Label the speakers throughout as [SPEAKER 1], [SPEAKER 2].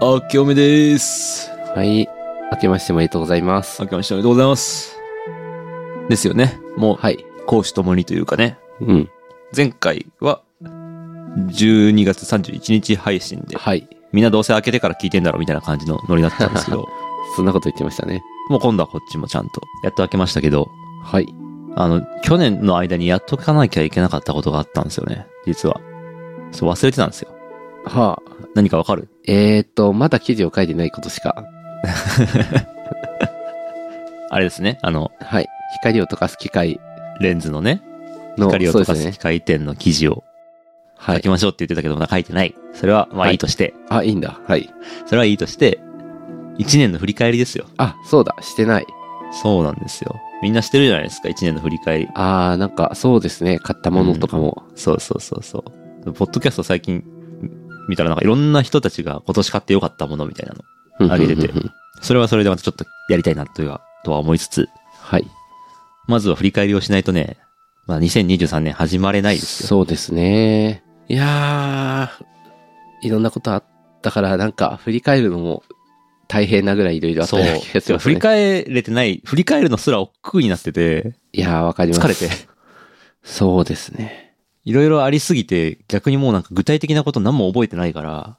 [SPEAKER 1] あきおめです。
[SPEAKER 2] はい。明けましておめでとうございます。
[SPEAKER 1] あけましておめでとうございます。ですよね。もう、
[SPEAKER 2] はい。
[SPEAKER 1] 講師ともにというかね。
[SPEAKER 2] うん。
[SPEAKER 1] 前回は、12月31日配信で、
[SPEAKER 2] はい。
[SPEAKER 1] みんなどうせ開けてから聞いてんだろうみたいな感じのノリだったんですけど、
[SPEAKER 2] そんなこと言ってましたね。
[SPEAKER 1] もう今度はこっちもちゃんと、やっと開けましたけど、
[SPEAKER 2] はい。
[SPEAKER 1] あの、去年の間にやっとかなきゃいけなかったことがあったんですよね。実は。そう、忘れてたんですよ。
[SPEAKER 2] はあ。
[SPEAKER 1] 何かわかる
[SPEAKER 2] えーと、まだ記事を書いてないことしか。
[SPEAKER 1] あれですね。あの、
[SPEAKER 2] はい。光を溶かす機械
[SPEAKER 1] レンズのね、
[SPEAKER 2] の、
[SPEAKER 1] 光を
[SPEAKER 2] そう
[SPEAKER 1] 溶
[SPEAKER 2] で
[SPEAKER 1] か
[SPEAKER 2] す
[SPEAKER 1] す
[SPEAKER 2] ね
[SPEAKER 1] 機。械店の記事を
[SPEAKER 2] は
[SPEAKER 1] 書
[SPEAKER 2] い
[SPEAKER 1] き。ましょうって言ってたけど、まだ書いてない。それは、まあ
[SPEAKER 2] はい
[SPEAKER 1] いいとして、
[SPEAKER 2] あ、いいんだ。はい。
[SPEAKER 1] それはいいとして、1年の振り返りですよ。
[SPEAKER 2] あ、そうだ。してない。
[SPEAKER 1] そうなんですよ。みんなしてるじゃないですか、1年の振り返り。
[SPEAKER 2] あー、なんか、そうですね。買ったものとかも。
[SPEAKER 1] そうそうそうそう。ポッドキャスト最近見たらなんかいろんな人たちが今年買ってよかったものみたいなの。
[SPEAKER 2] うん
[SPEAKER 1] あげてて。
[SPEAKER 2] うんうんうん
[SPEAKER 1] それはそれでまたちょっとやりたいなというは、とは思いつつ、
[SPEAKER 2] はい。
[SPEAKER 1] まずは振り返りをしないとね、まあ2023年始まれないですよ。
[SPEAKER 2] そうですね。いやー、いろんなことあったから、なんか、振り返るのも大変なぐらいいろいろあったような気がし
[SPEAKER 1] でも
[SPEAKER 2] ます
[SPEAKER 1] 振
[SPEAKER 2] ね。
[SPEAKER 1] り返れてない、振り返るのすら億劫になってて、
[SPEAKER 2] いやー、わかります。
[SPEAKER 1] 疲れて。
[SPEAKER 2] そうですね。
[SPEAKER 1] いろいろありすぎて、逆にもうなんか具体的なこと何も覚えてないから、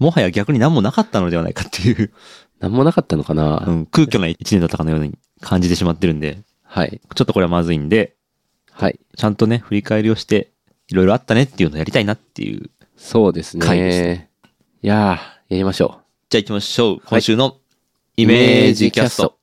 [SPEAKER 1] もはや逆に何もなかったのではないかっていう、
[SPEAKER 2] なんもなかったのかな、
[SPEAKER 1] うん、空虚な一年だったかのように感じてしまってるんで、
[SPEAKER 2] はい。
[SPEAKER 1] ちょっとこれはまずいんで、
[SPEAKER 2] はい。
[SPEAKER 1] ちゃんとね、振り返りをして、いろいろあったねっていうのをやりたいなっていう。
[SPEAKER 2] そうですね。
[SPEAKER 1] 回です
[SPEAKER 2] いやー、やりましょ
[SPEAKER 1] じゃあ行きましょう。今週のイメージキャスト。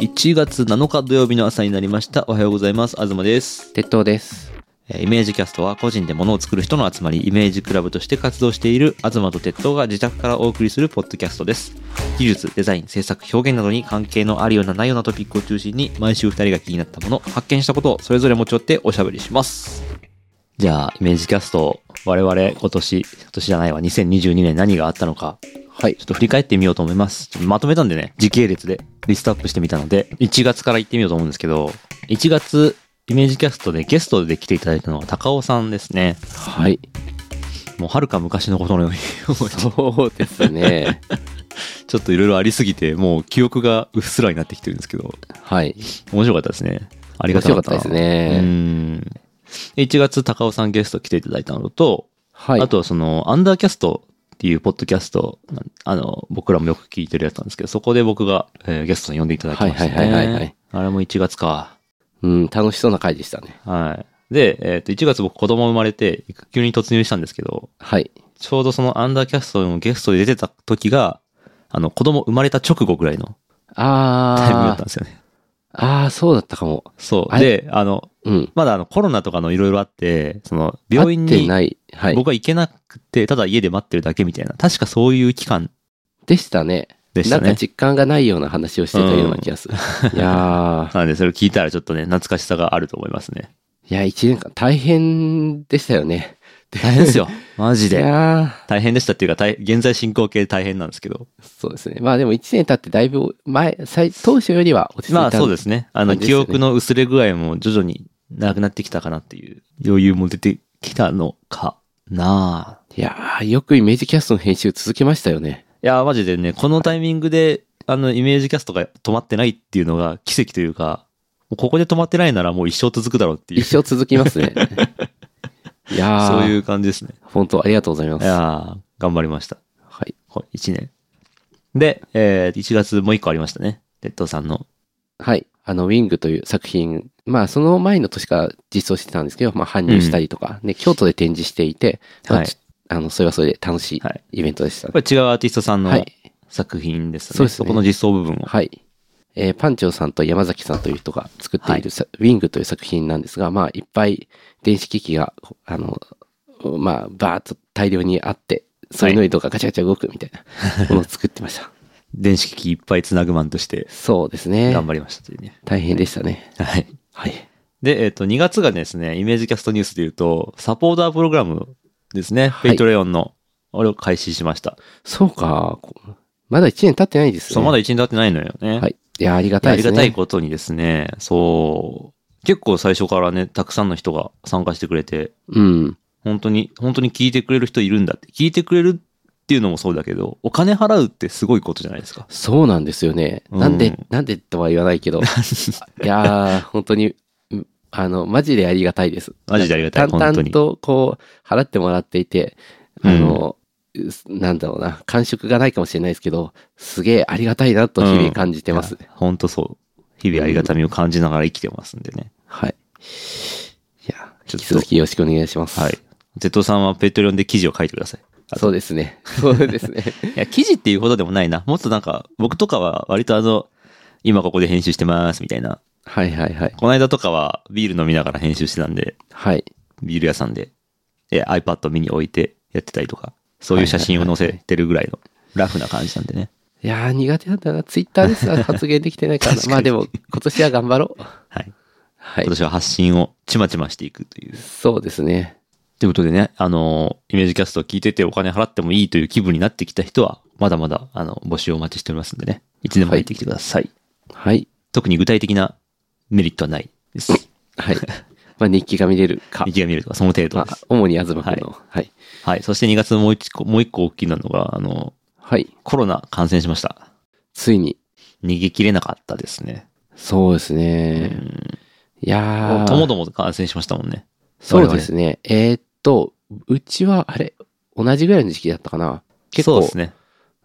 [SPEAKER 1] 1月7日土曜日の朝になりました。おはようございます。東です
[SPEAKER 2] う。。鉄塔です。
[SPEAKER 1] えーイメージキャストは個人で物を作る人の集まり、イメージクラブとして活動している東と鉄道が自宅からお送りするポッドキャストです。技術、デザイン、制作、表現などに関係のあるようなないようなトピックを中心に、毎週2人が気になったもの、発見したことをそれぞれ持ち寄っておしゃべりします。じゃあ、イメージキャスト、我々今年、今年じゃないわ、2022年何があったのか、
[SPEAKER 2] はい
[SPEAKER 1] ちょ。っと振り返ってみようと思います。ちょっとまとめたんでね、時系列でリストアップしてみたので、1月から行ってみようと思うんですけど、1月、イメージキャストでゲストで来ていただいたのは高尾さんですね。
[SPEAKER 2] はい。
[SPEAKER 1] もうはるか昔のことのように覚えて
[SPEAKER 2] そうで すね。
[SPEAKER 1] ちょっといろいろありすぎて、もう記憶がうっすらになってきてるんですけど、
[SPEAKER 2] はい。
[SPEAKER 1] 面白かったですね。ありが
[SPEAKER 2] 面
[SPEAKER 1] た
[SPEAKER 2] 白
[SPEAKER 1] か
[SPEAKER 2] か
[SPEAKER 1] っ
[SPEAKER 2] ったた
[SPEAKER 1] な
[SPEAKER 2] です
[SPEAKER 1] う
[SPEAKER 2] ね。
[SPEAKER 1] ん。1月高尾さんゲスト来ていただいたのと、
[SPEAKER 2] はい。
[SPEAKER 1] あとはその、アンダーキャストっていうポッドキャスト、なんあの、僕らもよく聞いてるやつなんですけど、そこで僕が、えーゲストに呼んでいただきましたね。
[SPEAKER 2] はいはいはいはいはい
[SPEAKER 1] あれも1月か。
[SPEAKER 2] うん、楽しそうな回でしたね。
[SPEAKER 1] はい。で、えっ、と、1月僕子供生まれて、育休に突入したんですけど、
[SPEAKER 2] はい。
[SPEAKER 1] ちょうどそのアンダーキャストのゲストで出てた時が、あの、子供生まれた直後ぐらいのタイミングだった
[SPEAKER 2] あ
[SPEAKER 1] ん
[SPEAKER 2] ー、
[SPEAKER 1] ですよね。
[SPEAKER 2] あー、そうだったかも。
[SPEAKER 1] そう。
[SPEAKER 2] あれ
[SPEAKER 1] で、あの、
[SPEAKER 2] うん。
[SPEAKER 1] まだあのコロナとかのいろいろあって、その、病院
[SPEAKER 2] 会って
[SPEAKER 1] に
[SPEAKER 2] ない。はい。
[SPEAKER 1] 僕は行けなくて、ただ家で待ってるだけみたいな、確かそういう期間
[SPEAKER 2] でしたね。
[SPEAKER 1] でしたね。
[SPEAKER 2] なんか実感がないような話をしてたような気がする。いやー、
[SPEAKER 1] なんで、それ聞いたらちょっとね、懐かしさがあると思いますね。
[SPEAKER 2] いや、一年間大変でしたよね。
[SPEAKER 1] 大変ですよ。マジ
[SPEAKER 2] い
[SPEAKER 1] で。
[SPEAKER 2] やー、
[SPEAKER 1] 大変でしたっていうか、大現在進行形大変なんですけど。
[SPEAKER 2] そうですね。まあでも1年経ってだいぶ前、最当初よりは落ち着いた。
[SPEAKER 1] まあそうですね。あの、
[SPEAKER 2] 感じです
[SPEAKER 1] 記
[SPEAKER 2] よね
[SPEAKER 1] 憶の薄れ具合も徐々になくなってきたかなっていう余裕も出てきたのかない
[SPEAKER 2] やー、よくイメージキャストの編集続けましたよね。
[SPEAKER 1] いや、マジでね、このタイミングで、あの、イメージキャストが止まってないっていうのが奇跡というか、もうここで止まってないならもう一生続くだろうってい
[SPEAKER 2] 一
[SPEAKER 1] う、
[SPEAKER 2] 生続きます ね。いやー、。
[SPEAKER 1] そういうう感じですね。
[SPEAKER 2] 本当ありがとうございま
[SPEAKER 1] い
[SPEAKER 2] す。
[SPEAKER 1] やー頑張りました。
[SPEAKER 2] はい。
[SPEAKER 1] 1年。で、えー、1月もう1個ありましたね。鉄道さんの。
[SPEAKER 2] はい。あの、ウィングという作品、まあその前の年から実装してたんですけど、まあ搬入したりとか、ね、京都で展示していて、まあ
[SPEAKER 1] はい
[SPEAKER 2] ちあの、それはそれで楽しい
[SPEAKER 1] はい
[SPEAKER 2] イベントでした。
[SPEAKER 1] これ違うアーティストさんの
[SPEAKER 2] はい。
[SPEAKER 1] 作品ですね。
[SPEAKER 2] そうですね
[SPEAKER 1] この実装部分を。
[SPEAKER 2] はい。えーパンチョさんと山崎さんという人が作っているさ、ウィングという作品なんですが、まあ、いっぱい電子機器が、あの、まあ、バーっと大量にあって、そういうノイドがガチャガチャ動くみたいなものを作って ました。
[SPEAKER 1] 電子機器いっぱいつなぐマンとして
[SPEAKER 2] そうですね。
[SPEAKER 1] 頑張りましたというね。
[SPEAKER 2] 大変でしたね。
[SPEAKER 1] はい。
[SPEAKER 2] はい。
[SPEAKER 1] で、えっ、と、2月がですね、イメージキャストニュースで言うと、サポータープログラムですね。
[SPEAKER 2] はい
[SPEAKER 1] ペイトレオンの、あれを開始しました。
[SPEAKER 2] そうか。こまだ1年経ってないですね。
[SPEAKER 1] そう、まだ1年経ってないのよね。
[SPEAKER 2] はいいや、あり
[SPEAKER 1] い
[SPEAKER 2] が
[SPEAKER 1] や
[SPEAKER 2] た
[SPEAKER 1] あ
[SPEAKER 2] い
[SPEAKER 1] り
[SPEAKER 2] です
[SPEAKER 1] が
[SPEAKER 2] ね。
[SPEAKER 1] たいことにですね、そう、結構最初からね、たくさんの人が参加してくれて、
[SPEAKER 2] うん。
[SPEAKER 1] 本当に、本当に聞いてくれる人いるんだって、聞いてくれるっていうのもそうだけど、お金払うってすごいことじゃないです か。
[SPEAKER 2] そうなんですよね。なん
[SPEAKER 1] う
[SPEAKER 2] で、
[SPEAKER 1] ん
[SPEAKER 2] なんでとは言わないけど。いやー、本当に、うんあの、マジでありがたいです。
[SPEAKER 1] マジでありがたい、
[SPEAKER 2] 淡
[SPEAKER 1] 本当
[SPEAKER 2] 々
[SPEAKER 1] に。
[SPEAKER 2] とこう、払ってもらっていて、あの、なんだろうな、感触がないかもしれないですけど、すげえありがたいなと日々感じてます。
[SPEAKER 1] いや 本当そう。日々ありがたみを感じながら生きてますんでね。
[SPEAKER 2] はい。いや、
[SPEAKER 1] ちょっと
[SPEAKER 2] 引き続きよろしくお願いします。
[SPEAKER 1] はい。Z さんはペトリオンで記事を書いてください。
[SPEAKER 2] そうですね。そうですね。
[SPEAKER 1] いや、記事っていうことでもないな。もっとなんか、僕とかは割とあの、今ここで編集してますみたいな。
[SPEAKER 2] はいはいはい。
[SPEAKER 1] この間とかはビール飲みながら編集してたんで、
[SPEAKER 2] はい。
[SPEAKER 1] ビール屋さんで、え、iPad 見に置いてやってたりとか、そういう写真を載せてるぐらいのラフな感じなんでね。
[SPEAKER 2] いやー、苦手なんだな。ツイッターですら発言できてないからな
[SPEAKER 1] 確かに
[SPEAKER 2] まあでも、今年は頑張ろう。
[SPEAKER 1] はい。
[SPEAKER 2] は
[SPEAKER 1] 今
[SPEAKER 2] い。
[SPEAKER 1] 年は発信をちまちましていくという。
[SPEAKER 2] そうですね。
[SPEAKER 1] ということでね、あの、イメージキャストを聞いててお金払ってもいいという気分になってきた人は、まだまだ、あの、募集をお待ちしておりますんでね。いつでも入ってきてください。
[SPEAKER 2] はい。
[SPEAKER 1] 特に具体的なメリットはないです。
[SPEAKER 2] はい。まあ日記が見れるか。
[SPEAKER 1] 息が見えるとか、その程
[SPEAKER 2] ま
[SPEAKER 1] 度で
[SPEAKER 2] あ
[SPEAKER 1] す。、
[SPEAKER 2] 主に東君の。はい。
[SPEAKER 1] はい。そして2月もう一個、もう一個大きいなのが、あの、
[SPEAKER 2] はい。
[SPEAKER 1] コロナ感染しました。
[SPEAKER 2] ついに。
[SPEAKER 1] 逃げ切れなかったですね。
[SPEAKER 2] そうです
[SPEAKER 1] う
[SPEAKER 2] ね。
[SPEAKER 1] ん。
[SPEAKER 2] いやー
[SPEAKER 1] ともども感染しましたもんね。
[SPEAKER 2] そうですね。えーっと、うちは、あれ、同じぐらいの時期だったかな。結構、
[SPEAKER 1] そうですね。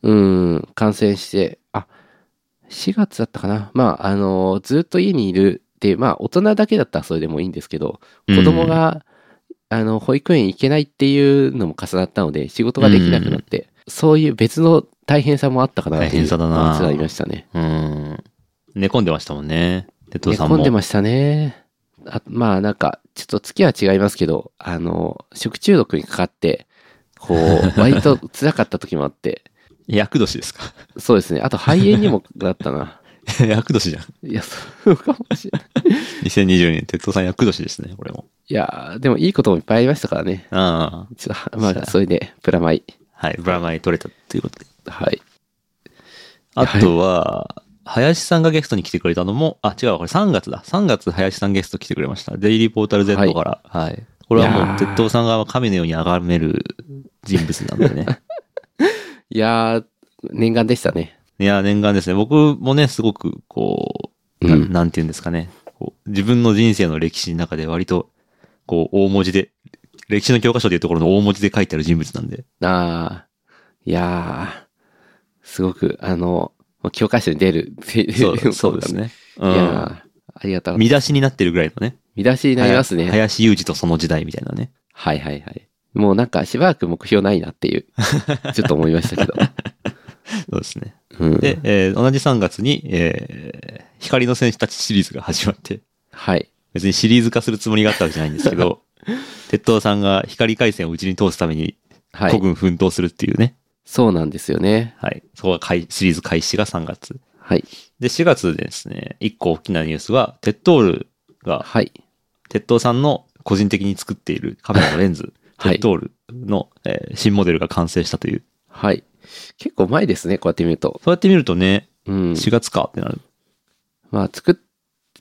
[SPEAKER 2] うん、感染して、あ、4月だったかな。まあ、あの、ずっと家にいる。で、まあ、大人だけだったらそれでもいいんですけど、子供が、あの、保育園行けないっていうのも重なったので、仕事ができなくなって、そういう別の大変さもあったかなって
[SPEAKER 1] 大
[SPEAKER 2] いう
[SPEAKER 1] 変さだな
[SPEAKER 2] 感じがありましたね。
[SPEAKER 1] うん、うん。寝込んでましたもんね。で、父
[SPEAKER 2] 寝
[SPEAKER 1] さんも。
[SPEAKER 2] 込んでましたね。あまあなんか、ちょっと月は違いますけど、あの、食中毒にかかって、こう、割と辛かった時もあって、
[SPEAKER 1] 厄年ですか
[SPEAKER 2] そうですね。あと肺炎にもだっ たな。
[SPEAKER 1] 厄年じゃん。
[SPEAKER 2] いや、そうかもしれない。
[SPEAKER 1] 2020年、鉄道さん厄年ですね、これも。
[SPEAKER 2] いやー、でもいいこともいっぱいありましたからね。
[SPEAKER 1] ああ。
[SPEAKER 2] ちょっとまあ、それで、プラマイ。
[SPEAKER 1] はい。ブラマイ取れたということで。
[SPEAKER 2] はい。
[SPEAKER 1] あとは、林さんがゲストに来てくれたのも、あ、違うわ、これ3月だ。3月林さんゲスト来てくれました。デイリーポータル Z から。はい。これはもう、鉄道さんが神のように崇める人物なんで ね。
[SPEAKER 2] いやー、念願でしたね。
[SPEAKER 1] いや、念願ですね。僕もね、すごく、こう、な
[SPEAKER 2] うん
[SPEAKER 1] なんて言うんですかね。こう自分の人生の歴史の中で割と、こう、大文字で、歴史の教科書でいうところの大文字で書いてある人物なんで。
[SPEAKER 2] あー、いやー、すごく、あの、教科書に出る。
[SPEAKER 1] そう、そうです。ね。
[SPEAKER 2] いうや
[SPEAKER 1] ん。
[SPEAKER 2] ー、ありがたかった
[SPEAKER 1] 見出しになってるぐらいのね。
[SPEAKER 2] 見出しになりますね。
[SPEAKER 1] 林裕二とその時代みたいなね。
[SPEAKER 2] はいはいはい。もうなんかしばらく目標ないなっ ていう、ちょっと思いましたけど。
[SPEAKER 1] そうですね。
[SPEAKER 2] うん、
[SPEAKER 1] で、えー同じ3月に、えー光の戦士たちシリーズが始まって、
[SPEAKER 2] はい。
[SPEAKER 1] 別にシリーズ化するつもりがあったわけじゃないんですけ ど、鉄道さんが光回線をうちに通すために
[SPEAKER 2] は
[SPEAKER 1] 古
[SPEAKER 2] い。
[SPEAKER 1] 軍奮闘するっていうね。
[SPEAKER 2] そうなんですよね。
[SPEAKER 1] はい。そこが開シリーズ開始が3月。
[SPEAKER 2] はい。
[SPEAKER 1] で、4月でですね、1個大きなニュースが、鉄道ルが、
[SPEAKER 2] はい。
[SPEAKER 1] 鉄道さんの個人的に作っているカメラのレンズ、
[SPEAKER 2] はい
[SPEAKER 1] 鉄道ルの、えー新モデルが完成したという。
[SPEAKER 2] はい。結構前ですね、こうやって見ると。
[SPEAKER 1] そうやって見るとね、
[SPEAKER 2] うん。
[SPEAKER 1] 4月かってなる。
[SPEAKER 2] まあ、作っ、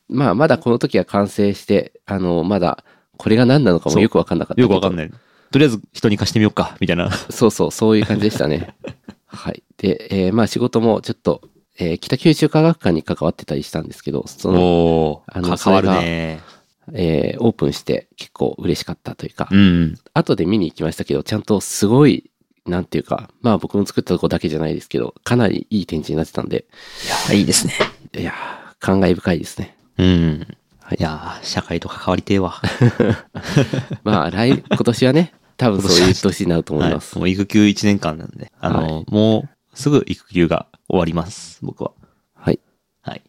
[SPEAKER 2] まあ、まだこの時は完成して、あの、まだ、これが何なのかもよくわかんなかった。
[SPEAKER 1] よくわかん
[SPEAKER 2] い。
[SPEAKER 1] ない。とりあえず人に貸してみようか、みたいな。
[SPEAKER 2] そうそう、そういう感じでし たね。はい。で、えーまあ、仕事もちょっと、えー北九州科学館に関わってたりしたんですけど、その、
[SPEAKER 1] お
[SPEAKER 2] あの
[SPEAKER 1] ー、関わるね。
[SPEAKER 2] えーオープンして結構嬉しかったというか
[SPEAKER 1] う、ん。
[SPEAKER 2] 後で見に行きましたけど、ちゃんとすごい、なんていうか、まあ僕の作ったとこだけじゃないですけど、かなりいい展示になってたんで、
[SPEAKER 1] いや、いいですね。
[SPEAKER 2] いやー、感慨深いです ね。
[SPEAKER 1] うん。
[SPEAKER 2] はい
[SPEAKER 1] いやー、社会と関わりてえわ。
[SPEAKER 2] まあ来、今年はね、多分そういう年になる と思います。
[SPEAKER 1] もう育休1年間なんで、あの、
[SPEAKER 2] は
[SPEAKER 1] もうすぐ育休が終わります、僕は。
[SPEAKER 2] はい。
[SPEAKER 1] はい。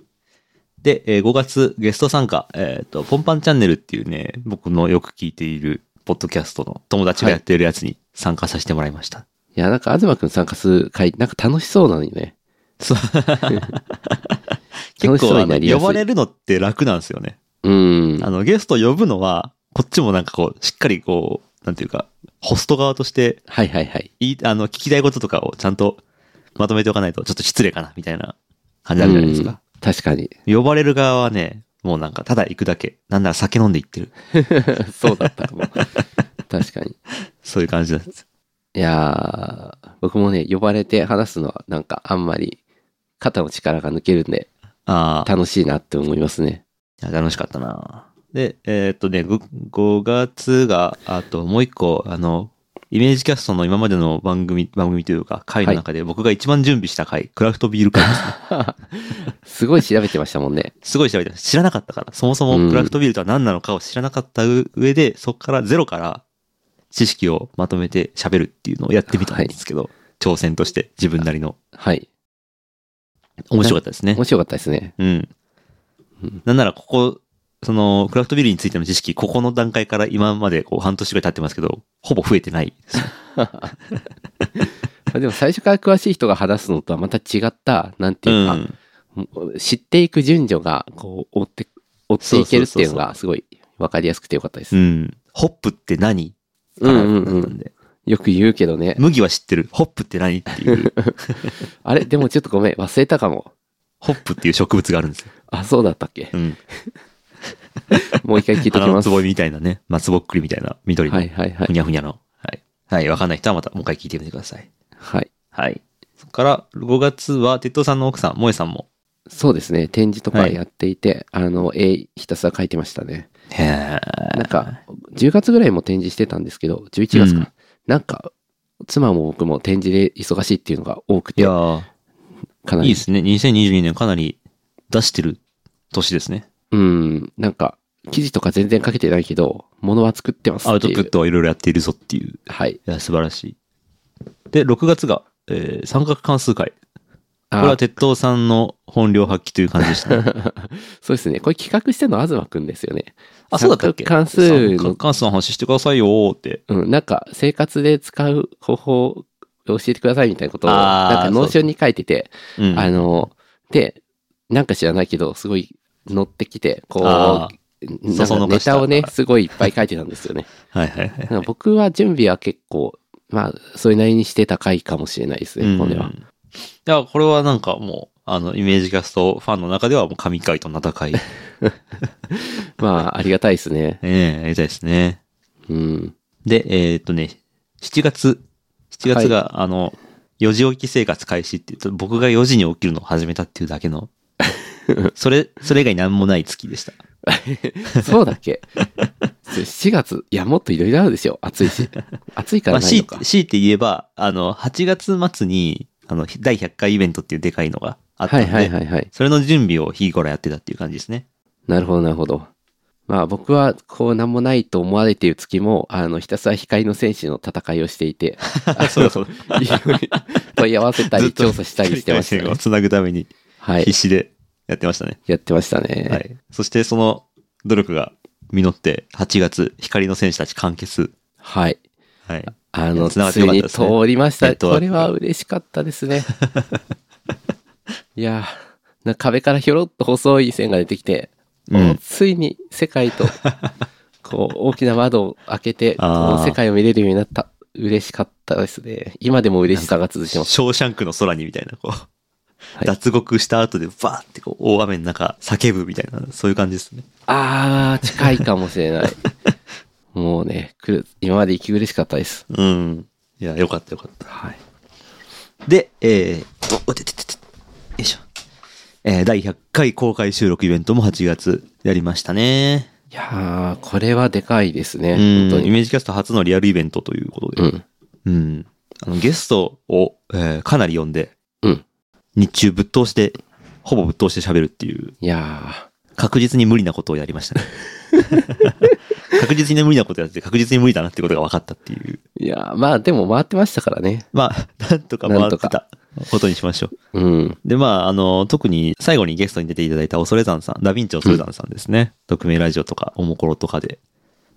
[SPEAKER 1] で、えー5月ゲスト参加、えっ、と、ポンパンチャンネルっていうね、僕のよく聞いている、ポッドキャストの友達がやってるやつに参加させてもらいました。
[SPEAKER 2] いや、なんか、東くん参加する会、なんか楽しそうなのにね。
[SPEAKER 1] そう
[SPEAKER 2] 楽
[SPEAKER 1] 結
[SPEAKER 2] しそ
[SPEAKER 1] 構
[SPEAKER 2] う
[SPEAKER 1] あ
[SPEAKER 2] になり
[SPEAKER 1] の、
[SPEAKER 2] や
[SPEAKER 1] 呼
[SPEAKER 2] すい
[SPEAKER 1] ばれるのって楽なんですよね。
[SPEAKER 2] うん
[SPEAKER 1] あ。の、ゲスト呼ぶのは、こっちもなんかこう、しっかりこう、なんていうか、ホスト側として、
[SPEAKER 2] はいはいはい。
[SPEAKER 1] いい、あの、聞きたいこととかをちゃんとまとめておかないと、ちょっと失礼かな、みたいな感じあるじゃないですか。
[SPEAKER 2] 確 かに。
[SPEAKER 1] 呼ばれる側はね、もうなんかただ行くだけ。なんなら酒飲んで行ってる。
[SPEAKER 2] そうだったかも。確かに。
[SPEAKER 1] そういう感じなんです。
[SPEAKER 2] いやー、僕もね、呼ばれて話すのはなんかあんまり肩の力が抜けるんで
[SPEAKER 1] ああ、
[SPEAKER 2] 楽しいなって思いますね。
[SPEAKER 1] いや楽しかったな。で、えーっとね、5, 月が、あともう一個、あの、イメージキャストの今までの番組、番組というか、回の中で僕が一番準備した回、クラフトビール 回ですね。
[SPEAKER 2] すごい調べてましたもんね。
[SPEAKER 1] すごい調べてます。知らなかったから。そもそもクラフトビールとは何なのかを知らなかった上で、そこからゼロから知識をまとめて喋るっていうのをやってみたんですけど、挑戦として自分なりの。
[SPEAKER 2] はい。
[SPEAKER 1] 面白かったですね
[SPEAKER 2] 面。白かったですね。
[SPEAKER 1] うん。
[SPEAKER 2] うん
[SPEAKER 1] なんならここ、その、クラフトビールについての知識、ここの段階から今までこう半年ぐらい経ってますけど、ほぼ増えてないです。
[SPEAKER 2] でも最初から詳しい人が話すのとはまた違った、なんて
[SPEAKER 1] う
[SPEAKER 2] いうか、
[SPEAKER 1] ん。
[SPEAKER 2] 知っていく順序がこう追って、追っていけるっていうのがすごい分かりやすくてよかったです。
[SPEAKER 1] うん。ホップって何
[SPEAKER 2] うんうん
[SPEAKER 1] からだ
[SPEAKER 2] う
[SPEAKER 1] ったん
[SPEAKER 2] ん。
[SPEAKER 1] で
[SPEAKER 2] よく言うけどね。
[SPEAKER 1] 麦は知ってる。ホップって何って いう、
[SPEAKER 2] あれでもちょっとごめん、忘れたかも。
[SPEAKER 1] ホップっていう植物があるんですよ。
[SPEAKER 2] あ、そうだったっけ
[SPEAKER 1] う。ん。
[SPEAKER 2] もう一回聞いてき
[SPEAKER 1] 花の
[SPEAKER 2] ます。
[SPEAKER 1] つ
[SPEAKER 2] は
[SPEAKER 1] ぼみみたいなね、松ぼっくりみたいな緑
[SPEAKER 2] い
[SPEAKER 1] の
[SPEAKER 2] はいはい
[SPEAKER 1] ふ。にゃふにゃの。はい。はい。わかんない人はまたもう一回聞いてみてください。
[SPEAKER 2] はい。
[SPEAKER 1] はい。そこから、5月は、鉄道さんの奥さん、萌えさんも。
[SPEAKER 2] そうですね。展示とか
[SPEAKER 1] はい
[SPEAKER 2] やっていて、あの、絵ひたすら描いてましたね。
[SPEAKER 1] へえ。
[SPEAKER 2] なんか、10月ぐらいも展示してたんですけど、11月か。
[SPEAKER 1] うん
[SPEAKER 2] なんか、妻も僕も展示で忙しいっていうのが多く
[SPEAKER 1] い
[SPEAKER 2] て、
[SPEAKER 1] やー、
[SPEAKER 2] かない
[SPEAKER 1] い
[SPEAKER 2] り。
[SPEAKER 1] ですね。2022年かなり出してる年ですね。
[SPEAKER 2] うん、なんか、記事とか全然書けてないけど、物は作ってます
[SPEAKER 1] アウ
[SPEAKER 2] って
[SPEAKER 1] ト
[SPEAKER 2] いう。
[SPEAKER 1] プットはいろいろやっているぞっていう。
[SPEAKER 2] はい。
[SPEAKER 1] いや、素晴らしい。で、6月が、えー三角関数回。これ
[SPEAKER 2] あ
[SPEAKER 1] は鉄道さんの本領発揮という感じでしたね。
[SPEAKER 2] そうですね。これ企画してるのは東くんですよね。
[SPEAKER 1] あ、そうだったっけ
[SPEAKER 2] 三角関数
[SPEAKER 1] 三
[SPEAKER 2] の
[SPEAKER 1] 角関数の話してくださいよーって。
[SPEAKER 2] うん、なんか、生活で使う方法を教えてくださいみたいなことを、
[SPEAKER 1] あー
[SPEAKER 2] なんか、ノーションに書いてて、
[SPEAKER 1] うん。
[SPEAKER 2] あの、で、なんか知らないけど、すごい乗ってきて、こう、
[SPEAKER 1] あー
[SPEAKER 2] なん
[SPEAKER 1] そそ
[SPEAKER 2] か
[SPEAKER 1] の
[SPEAKER 2] ネ
[SPEAKER 1] かした
[SPEAKER 2] タをね、すごいいっぱい書いてたんです よね。
[SPEAKER 1] はいはいはい。
[SPEAKER 2] なんか僕は準備は結構、まあ、それなりにして高いかもしれないですね、これは
[SPEAKER 1] う。んいや、これはなんかもう、あの、イメージキャストファンの中ではもう神回と名高 い。え
[SPEAKER 2] まあ、ありがたいですね。
[SPEAKER 1] えやりたいですね。
[SPEAKER 2] うん。
[SPEAKER 1] で、えーっとね、7月、7月が、あの、4時起き生活開始って言うと、僕が4時に起きるのを始めたっていうだけ の、それ、それ以外何もない月でした。
[SPEAKER 2] そうだ っけ ?7 月、いや、もっといろいろあるでしょ。暑いし。暑いか
[SPEAKER 1] まあ、
[SPEAKER 2] らない
[SPEAKER 1] 強い
[SPEAKER 2] のか。
[SPEAKER 1] て強いて言えば、あの、8月末に、あの、第100回イベントっていうでかいのがあった
[SPEAKER 2] は
[SPEAKER 1] んで、
[SPEAKER 2] いはいはいはい。
[SPEAKER 1] それの準備を日頃やってたっていう感じですね。
[SPEAKER 2] なるほどなるほど。まあ僕はこうなんもないと思われている月も、あの、ひたすら光の戦士の戦いをしていて、
[SPEAKER 1] そうそう。
[SPEAKER 2] いろいろ 問い合わせたり調査したりしてましたね。
[SPEAKER 1] つなぐために
[SPEAKER 2] はい
[SPEAKER 1] 必。死でやってましたね。
[SPEAKER 2] やってましたね。
[SPEAKER 1] はい。そしてその努力が実って、8月、光の戦士たち完結。
[SPEAKER 2] はい。
[SPEAKER 1] はい。
[SPEAKER 2] あ
[SPEAKER 1] いや
[SPEAKER 2] の、
[SPEAKER 1] 繋がっ
[SPEAKER 2] つ
[SPEAKER 1] てよ
[SPEAKER 2] い
[SPEAKER 1] かった
[SPEAKER 2] に
[SPEAKER 1] です
[SPEAKER 2] 通
[SPEAKER 1] ね
[SPEAKER 2] りました。
[SPEAKER 1] ネットワー
[SPEAKER 2] こ
[SPEAKER 1] ク
[SPEAKER 2] れは嬉しかったですね。いやーな壁からひょろっと細い線が出てきて、
[SPEAKER 1] うん
[SPEAKER 2] ついに世界 と、こう、大きな窓を開けて、こ
[SPEAKER 1] あー
[SPEAKER 2] う世界を見れるようになった。嬉しかったですね。今でも嬉しさが続き
[SPEAKER 1] ショ
[SPEAKER 2] ます。
[SPEAKER 1] ーシャンクの空にみたいな、こう、
[SPEAKER 2] い
[SPEAKER 1] 脱獄した後でバーってこう大雨の中叫ぶみたいな、そういう感じですね。
[SPEAKER 2] あー、近いかもし れない。もうね、来る、今まで息苦しかったです。
[SPEAKER 1] うん。いや、よかったよかった。
[SPEAKER 2] はい。
[SPEAKER 1] で、えー、おおててててよいしょ。えー、第100回公開収録イベントも8月やりましたね。
[SPEAKER 2] いやー、これはでかいですね。
[SPEAKER 1] うん
[SPEAKER 2] 本当
[SPEAKER 1] イ
[SPEAKER 2] に。
[SPEAKER 1] メージキャスト初のリアルイベントということで。
[SPEAKER 2] うん。
[SPEAKER 1] うん。あの、ゲストを、えーかなり呼んで、
[SPEAKER 2] うん。
[SPEAKER 1] 日中ぶっ通して、ほぼぶっ通して喋るっていう、
[SPEAKER 2] いや
[SPEAKER 1] 確実に無理なことをやりま したね。確実に無理なことやって、確実に無理だなってことが分かったっていう。
[SPEAKER 2] ー。いやー、まあでも回ってましたからね。
[SPEAKER 1] まあ、なんとか回ってたことにしましょう。
[SPEAKER 2] うん。
[SPEAKER 1] で、まあ、あの、特に最後にゲストに出ていただいた恐れ山さん、ダヴィンチ恐れ山さんですね。匿名ラジオとか、おもころとかで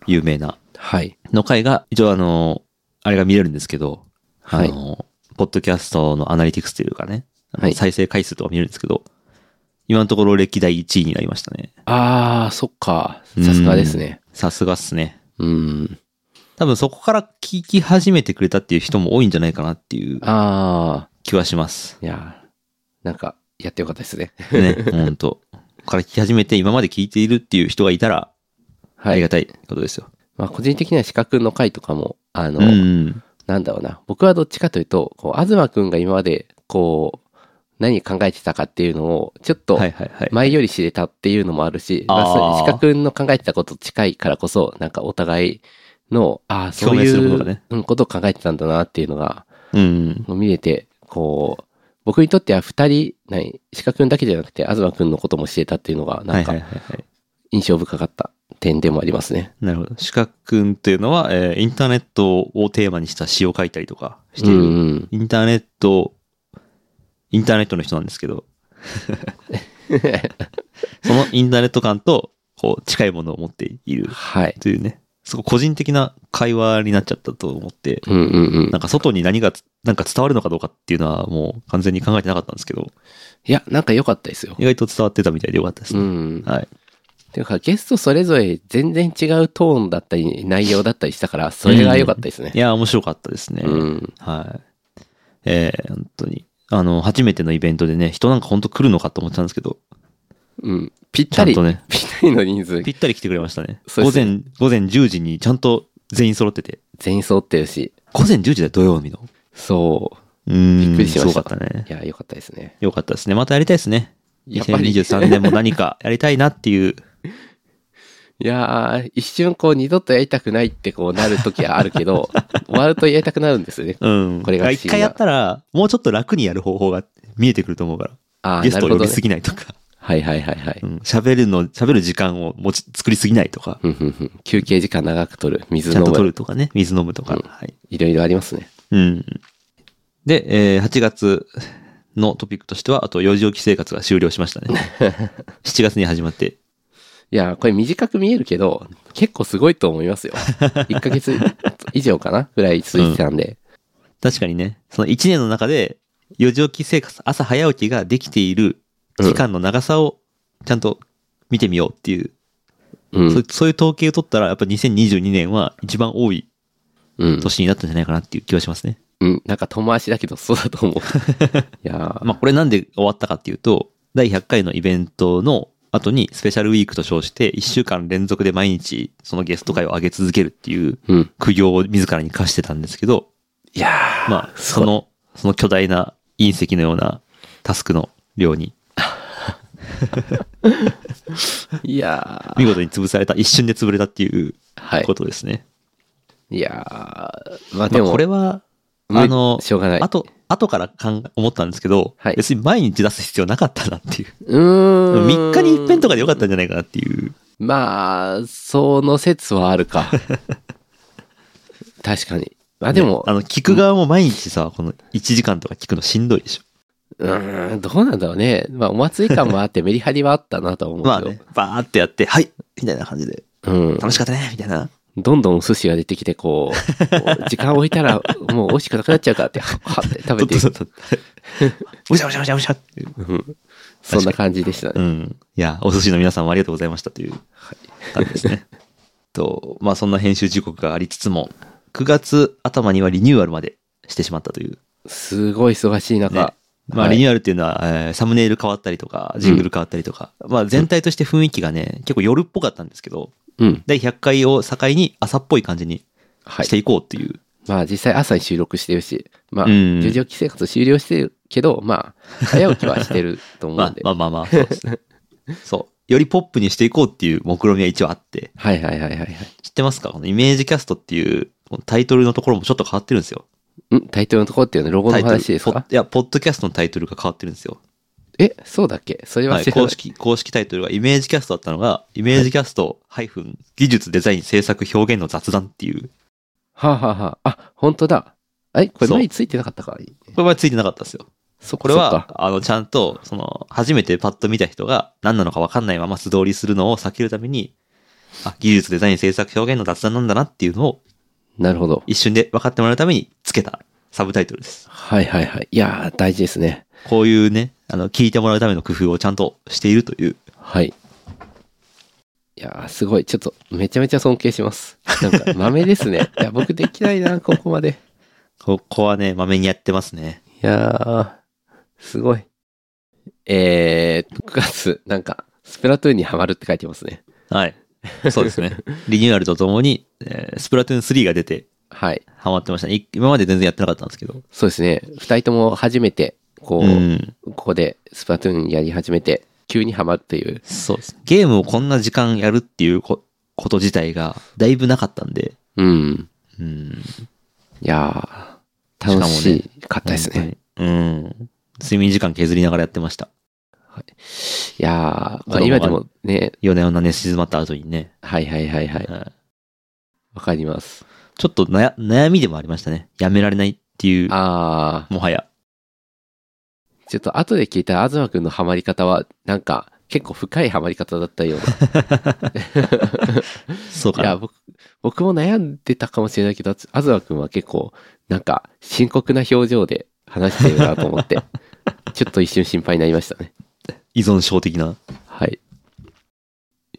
[SPEAKER 1] 有名な
[SPEAKER 2] はい。
[SPEAKER 1] の回が、一応あの、あれが見れるんですけど、
[SPEAKER 2] はい
[SPEAKER 1] あの、ポッドキャストのアナリティクスというかね、あの
[SPEAKER 2] はい
[SPEAKER 1] 再生回数とか見れるんですけど、今のところ歴代1位になりましたね。
[SPEAKER 2] あー、そっか。さすがですね。
[SPEAKER 1] うん。さすがっすね。
[SPEAKER 2] うん。
[SPEAKER 1] 多分そこから聞き始めてくれたっていう人も多いんじゃないかなっていう
[SPEAKER 2] あ
[SPEAKER 1] 気はします。
[SPEAKER 2] ー、いやー、なんか、やってよかったですね。
[SPEAKER 1] ね、ほんと。ここから聞き始めて、今まで聞いているっていう人がいたら、あ
[SPEAKER 2] は
[SPEAKER 1] りが
[SPEAKER 2] い。
[SPEAKER 1] たいことですよ。
[SPEAKER 2] まあ、個人的には資格の回とかも、あの、
[SPEAKER 1] うん。
[SPEAKER 2] なんだろうな。僕はどっちかというと、こう、東くんが今まで、こう、何考えてたかっていうのを、ちょっと
[SPEAKER 1] はいはいはい。
[SPEAKER 2] 前より知れたっていうのもあるし、
[SPEAKER 1] あー
[SPEAKER 2] まあそう、資格の考えてたこと近いからこそ、なんかお互いの、ああ、そう
[SPEAKER 1] 共有する
[SPEAKER 2] い
[SPEAKER 1] ことが
[SPEAKER 2] う
[SPEAKER 1] ね
[SPEAKER 2] うんことを考えてたんだなっていうのが、
[SPEAKER 1] うん。
[SPEAKER 2] もう見れて、こう、僕にとっては二人、何、資格だけじゃなくて、東くんのことも知れたっていうのが、
[SPEAKER 1] は
[SPEAKER 2] ないん
[SPEAKER 1] はいはい
[SPEAKER 2] か
[SPEAKER 1] はい。
[SPEAKER 2] 印象深かった点でもありますね。
[SPEAKER 1] なるほど。シカ君っていうのは、えーインターネットをテーマにした詩を書いたりとかしている。
[SPEAKER 2] うんうん
[SPEAKER 1] インターネット、インターネットの人なんですけ ど、そのインターネット感と、こう、近いものを持っている
[SPEAKER 2] はい。
[SPEAKER 1] というね、すごい個人的な会話になっちゃったと思って、
[SPEAKER 2] うんうんうん
[SPEAKER 1] な。んか外に何がつ、なんか伝わるのかどうかっていうのはもう完全に考えてなかったんですけど、
[SPEAKER 2] いや、なんか良かったですよ
[SPEAKER 1] 意。外と伝わってたみたいでよかったです
[SPEAKER 2] う
[SPEAKER 1] ね。
[SPEAKER 2] ん。
[SPEAKER 1] はい。
[SPEAKER 2] ていうか、ゲストそれぞれ全然違うトーンだったり、内容だったりしたから、それが良かったですね
[SPEAKER 1] い。や、面白かったですね。
[SPEAKER 2] うん。
[SPEAKER 1] はい。えー、本当に。あの、初めてのイベントでね、人なんか本当来るのかと思ってたんですけど、
[SPEAKER 2] うん。ぴっ
[SPEAKER 1] ちゃ
[SPEAKER 2] た
[SPEAKER 1] ん
[SPEAKER 2] り、
[SPEAKER 1] とね、
[SPEAKER 2] ぴったりの人数
[SPEAKER 1] ぴ、ったり来てくれましたね。
[SPEAKER 2] そう
[SPEAKER 1] 午
[SPEAKER 2] です
[SPEAKER 1] 前、午前10時にちゃんと全員揃ってて。
[SPEAKER 2] 全員揃ってるし、
[SPEAKER 1] 午前10時だよ、土曜日の。
[SPEAKER 2] そう
[SPEAKER 1] ーん、
[SPEAKER 2] びっくりしました
[SPEAKER 1] すごかったね。
[SPEAKER 2] う。いや、良かったですね。
[SPEAKER 1] よかったですね。またやりたいですね。
[SPEAKER 2] やっぱり
[SPEAKER 1] 2023年も何かやりたいなっていう。
[SPEAKER 2] いやー、一瞬こう、二度とやりたくないってこうなる時はあるけ ど、終わるとやりたくなるんですよね。
[SPEAKER 1] うん。
[SPEAKER 2] これが不思
[SPEAKER 1] 一
[SPEAKER 2] 議な
[SPEAKER 1] 回やったら、もうちょっと楽にやる方法が見えてくると思うか
[SPEAKER 2] あ
[SPEAKER 1] ら。
[SPEAKER 2] ー、
[SPEAKER 1] ゲ
[SPEAKER 2] な
[SPEAKER 1] スト
[SPEAKER 2] る
[SPEAKER 1] を呼
[SPEAKER 2] ほど
[SPEAKER 1] び
[SPEAKER 2] ね
[SPEAKER 1] す。ぎないとか。
[SPEAKER 2] はいはいはいはい。
[SPEAKER 1] うん喋るの、喋る時間を持ち、作りすぎないとか。
[SPEAKER 2] ふんふんふん休憩時間長く取る、水
[SPEAKER 1] ちゃん
[SPEAKER 2] 飲
[SPEAKER 1] と取
[SPEAKER 2] む、
[SPEAKER 1] るとかね。水飲むとか。
[SPEAKER 2] うん
[SPEAKER 1] はい。
[SPEAKER 2] いろいろありますね。
[SPEAKER 1] うん。で、えー8月のトピックとしては、あと4時起き生活が終了しました ね。7月に始まって。
[SPEAKER 2] いや、これ短く見えるけど、結構すごいと思い ますよ。1ヶ月以上かなぐらい続いてたんで。
[SPEAKER 1] 確かにね、その1年の中で、4時起き生活、朝早起きができている期間の長さをちゃんと見てみようっていう、
[SPEAKER 2] うん。
[SPEAKER 1] そうそういう統計を取ったら、やっぱ2022年は一番多い
[SPEAKER 2] うん。
[SPEAKER 1] 年になったんじゃないかなっていう気はしますね。
[SPEAKER 2] うん。なんか遠回しだけど、そうだ と思う。いやー
[SPEAKER 1] まあこれなんで終わったかっていうと、第100回のイベントの後にスペシャルウィークと称して、1週間連続で毎日そのゲスト会を上げ続けるっていう
[SPEAKER 2] うん。
[SPEAKER 1] 苦行を自らに課してたんですけど、
[SPEAKER 2] いやー
[SPEAKER 1] まあ、
[SPEAKER 2] そ
[SPEAKER 1] そうの、その巨大な隕石のようなタスクの量に、
[SPEAKER 2] いや
[SPEAKER 1] 見事に潰された、一瞬で潰れたっていう
[SPEAKER 2] ーはい
[SPEAKER 1] こ。とですね。
[SPEAKER 2] いやーまあで
[SPEAKER 1] ま
[SPEAKER 2] も、
[SPEAKER 1] あこれは、
[SPEAKER 2] む
[SPEAKER 1] あの
[SPEAKER 2] しょうがない。
[SPEAKER 1] あと、後から考え思ったんですけど、
[SPEAKER 2] はい
[SPEAKER 1] 別に毎日出す必要なかったなっていう。
[SPEAKER 2] うーん。
[SPEAKER 1] 3日に一遍とかでよかったんじゃないかなっていう。
[SPEAKER 2] まあ、その説はあ るか。確かに。まあでも、
[SPEAKER 1] ねあの、聞く側も毎日さ、この1時間とか聞くのしんどいでし
[SPEAKER 2] うーん、どうなんだろうね。まあ、お祭り感もあって、メリハリはあったなとは
[SPEAKER 1] ょ。
[SPEAKER 2] 思うけ
[SPEAKER 1] ま
[SPEAKER 2] ど。
[SPEAKER 1] あね、バーってやって、はいみたいな感じで、
[SPEAKER 2] うん。
[SPEAKER 1] 楽しかったねみたいな。
[SPEAKER 2] どんどんお寿司が出てきて、こう、時間置い たら、もう美味しくなくなっちゃうからって、ははって食べてい
[SPEAKER 1] ちょ
[SPEAKER 2] く。
[SPEAKER 1] っと、ちょっ とむしゃむしゃむしゃむしゃって。
[SPEAKER 2] うんそんな感じでした
[SPEAKER 1] う
[SPEAKER 2] ね。
[SPEAKER 1] ん。いや、お寿司の皆さんもありがとうございましたという感じですね。 と、まあそんな編集時刻がありつつも、9月頭にはリニューアルまでしてしまったという。
[SPEAKER 2] すごい忙しい中、
[SPEAKER 1] ねまあ
[SPEAKER 2] はい
[SPEAKER 1] リニューアルっていうのは、えーサムネイル変わったりとか、ジングル変わったりとか、まあ全体として雰囲気がね、結構夜っぽかったんですけど、
[SPEAKER 2] うん。
[SPEAKER 1] 第100回を境に朝っぽい感じに
[SPEAKER 2] はい
[SPEAKER 1] して。いこうっていう。
[SPEAKER 2] まあ、実際朝に収録してるし、まあ、
[SPEAKER 1] うん
[SPEAKER 2] 十条期生活終了してるけど、まあ、早起きはしてると思うんで。
[SPEAKER 1] まあまあまあまあ、そうです ね。そう。よりポップにしていこうっていう目論みは一応あって、
[SPEAKER 2] はいはいはいはいはい。
[SPEAKER 1] 知ってますかこのイメージキャストっていうこのタイトルのところもちょっと変わってるんですよ。
[SPEAKER 2] んタイトルのところっていうのはロゴ
[SPEAKER 1] タ
[SPEAKER 2] の
[SPEAKER 1] イトル
[SPEAKER 2] 話です
[SPEAKER 1] ポッ
[SPEAKER 2] か
[SPEAKER 1] いや、ポッドキャストのタイトルが変わってるんですよ。
[SPEAKER 2] え、そうだっけそれ
[SPEAKER 1] は、
[SPEAKER 2] はい知らない
[SPEAKER 1] 公式、公式タイトルがイメージキャストだったのが、イメージキャストハイフン技術デザイン制作表現の雑談っていう。
[SPEAKER 2] はあ、はあはあ、あ、本当だ。え、これ
[SPEAKER 1] そう
[SPEAKER 2] 前についてなかったか
[SPEAKER 1] これはついてなかったんですよ。
[SPEAKER 2] そ
[SPEAKER 1] これ
[SPEAKER 2] そっ
[SPEAKER 1] は
[SPEAKER 2] か、
[SPEAKER 1] あの、ちゃんと、その、初めてパッと見た人が何なのかわかんないまま素通りするのを避けるために、あ、技術デザイン制作表現の雑談なんだなっていうのを
[SPEAKER 2] なるほど。
[SPEAKER 1] 一瞬で分かってもらうためにつけたサブタイトルです。
[SPEAKER 2] はいはいはい。いやー、大事ですね。
[SPEAKER 1] こういうね、あの、聞いてもらうための工夫をちゃんとしているという。
[SPEAKER 2] はい。いやー、すごい。ちょっと、めちゃめちゃ尊敬します。なんか、豆ですね。 いや、僕できないな、ここまで。
[SPEAKER 1] ここはね、まめにやってますね。
[SPEAKER 2] いやー、すごい。えー、9月、なんか、スプラトゥーンにハマるって書いてますね。
[SPEAKER 1] はい。そうです ね。リニューアルとともに、えースプラトゥーン3が出て、
[SPEAKER 2] はい。
[SPEAKER 1] ハマってましたね。い今まで全然やってなかったんですけど。
[SPEAKER 2] そうですね。二人とも初めて、こう、
[SPEAKER 1] うん
[SPEAKER 2] ここでスプラトゥーンやり始めて、急にハマるという。
[SPEAKER 1] そうです。ゲームをこんな時間やるっていうここと自体が、だいぶなかったんで、
[SPEAKER 2] うん。
[SPEAKER 1] うん。
[SPEAKER 2] いやー、楽しかったですね。
[SPEAKER 1] 本当に。うん。睡眠時間削りながらやってました。
[SPEAKER 2] いやー、
[SPEAKER 1] 子供
[SPEAKER 2] まあ、
[SPEAKER 1] が
[SPEAKER 2] 今でもね、
[SPEAKER 1] 夜な夜な寝静まった後にね。
[SPEAKER 2] はいはいはいはい。
[SPEAKER 1] はい
[SPEAKER 2] わかります。
[SPEAKER 1] ちょっとなや悩みでもありましたね。やめられないっていう、
[SPEAKER 2] あ
[SPEAKER 1] もはや。
[SPEAKER 2] ー、ちょっと後で聞いた東くんのハマり方は、なんか、結構深いハマり方だっ たような。
[SPEAKER 1] そうか
[SPEAKER 2] いや、
[SPEAKER 1] な。
[SPEAKER 2] 僕、僕も悩んでたかもしれないけど、東くんは結構、なんか、深刻な表情で話してるなと思って、 ちょっと一瞬心配になりましたね。
[SPEAKER 1] 依存症的な。
[SPEAKER 2] はい。い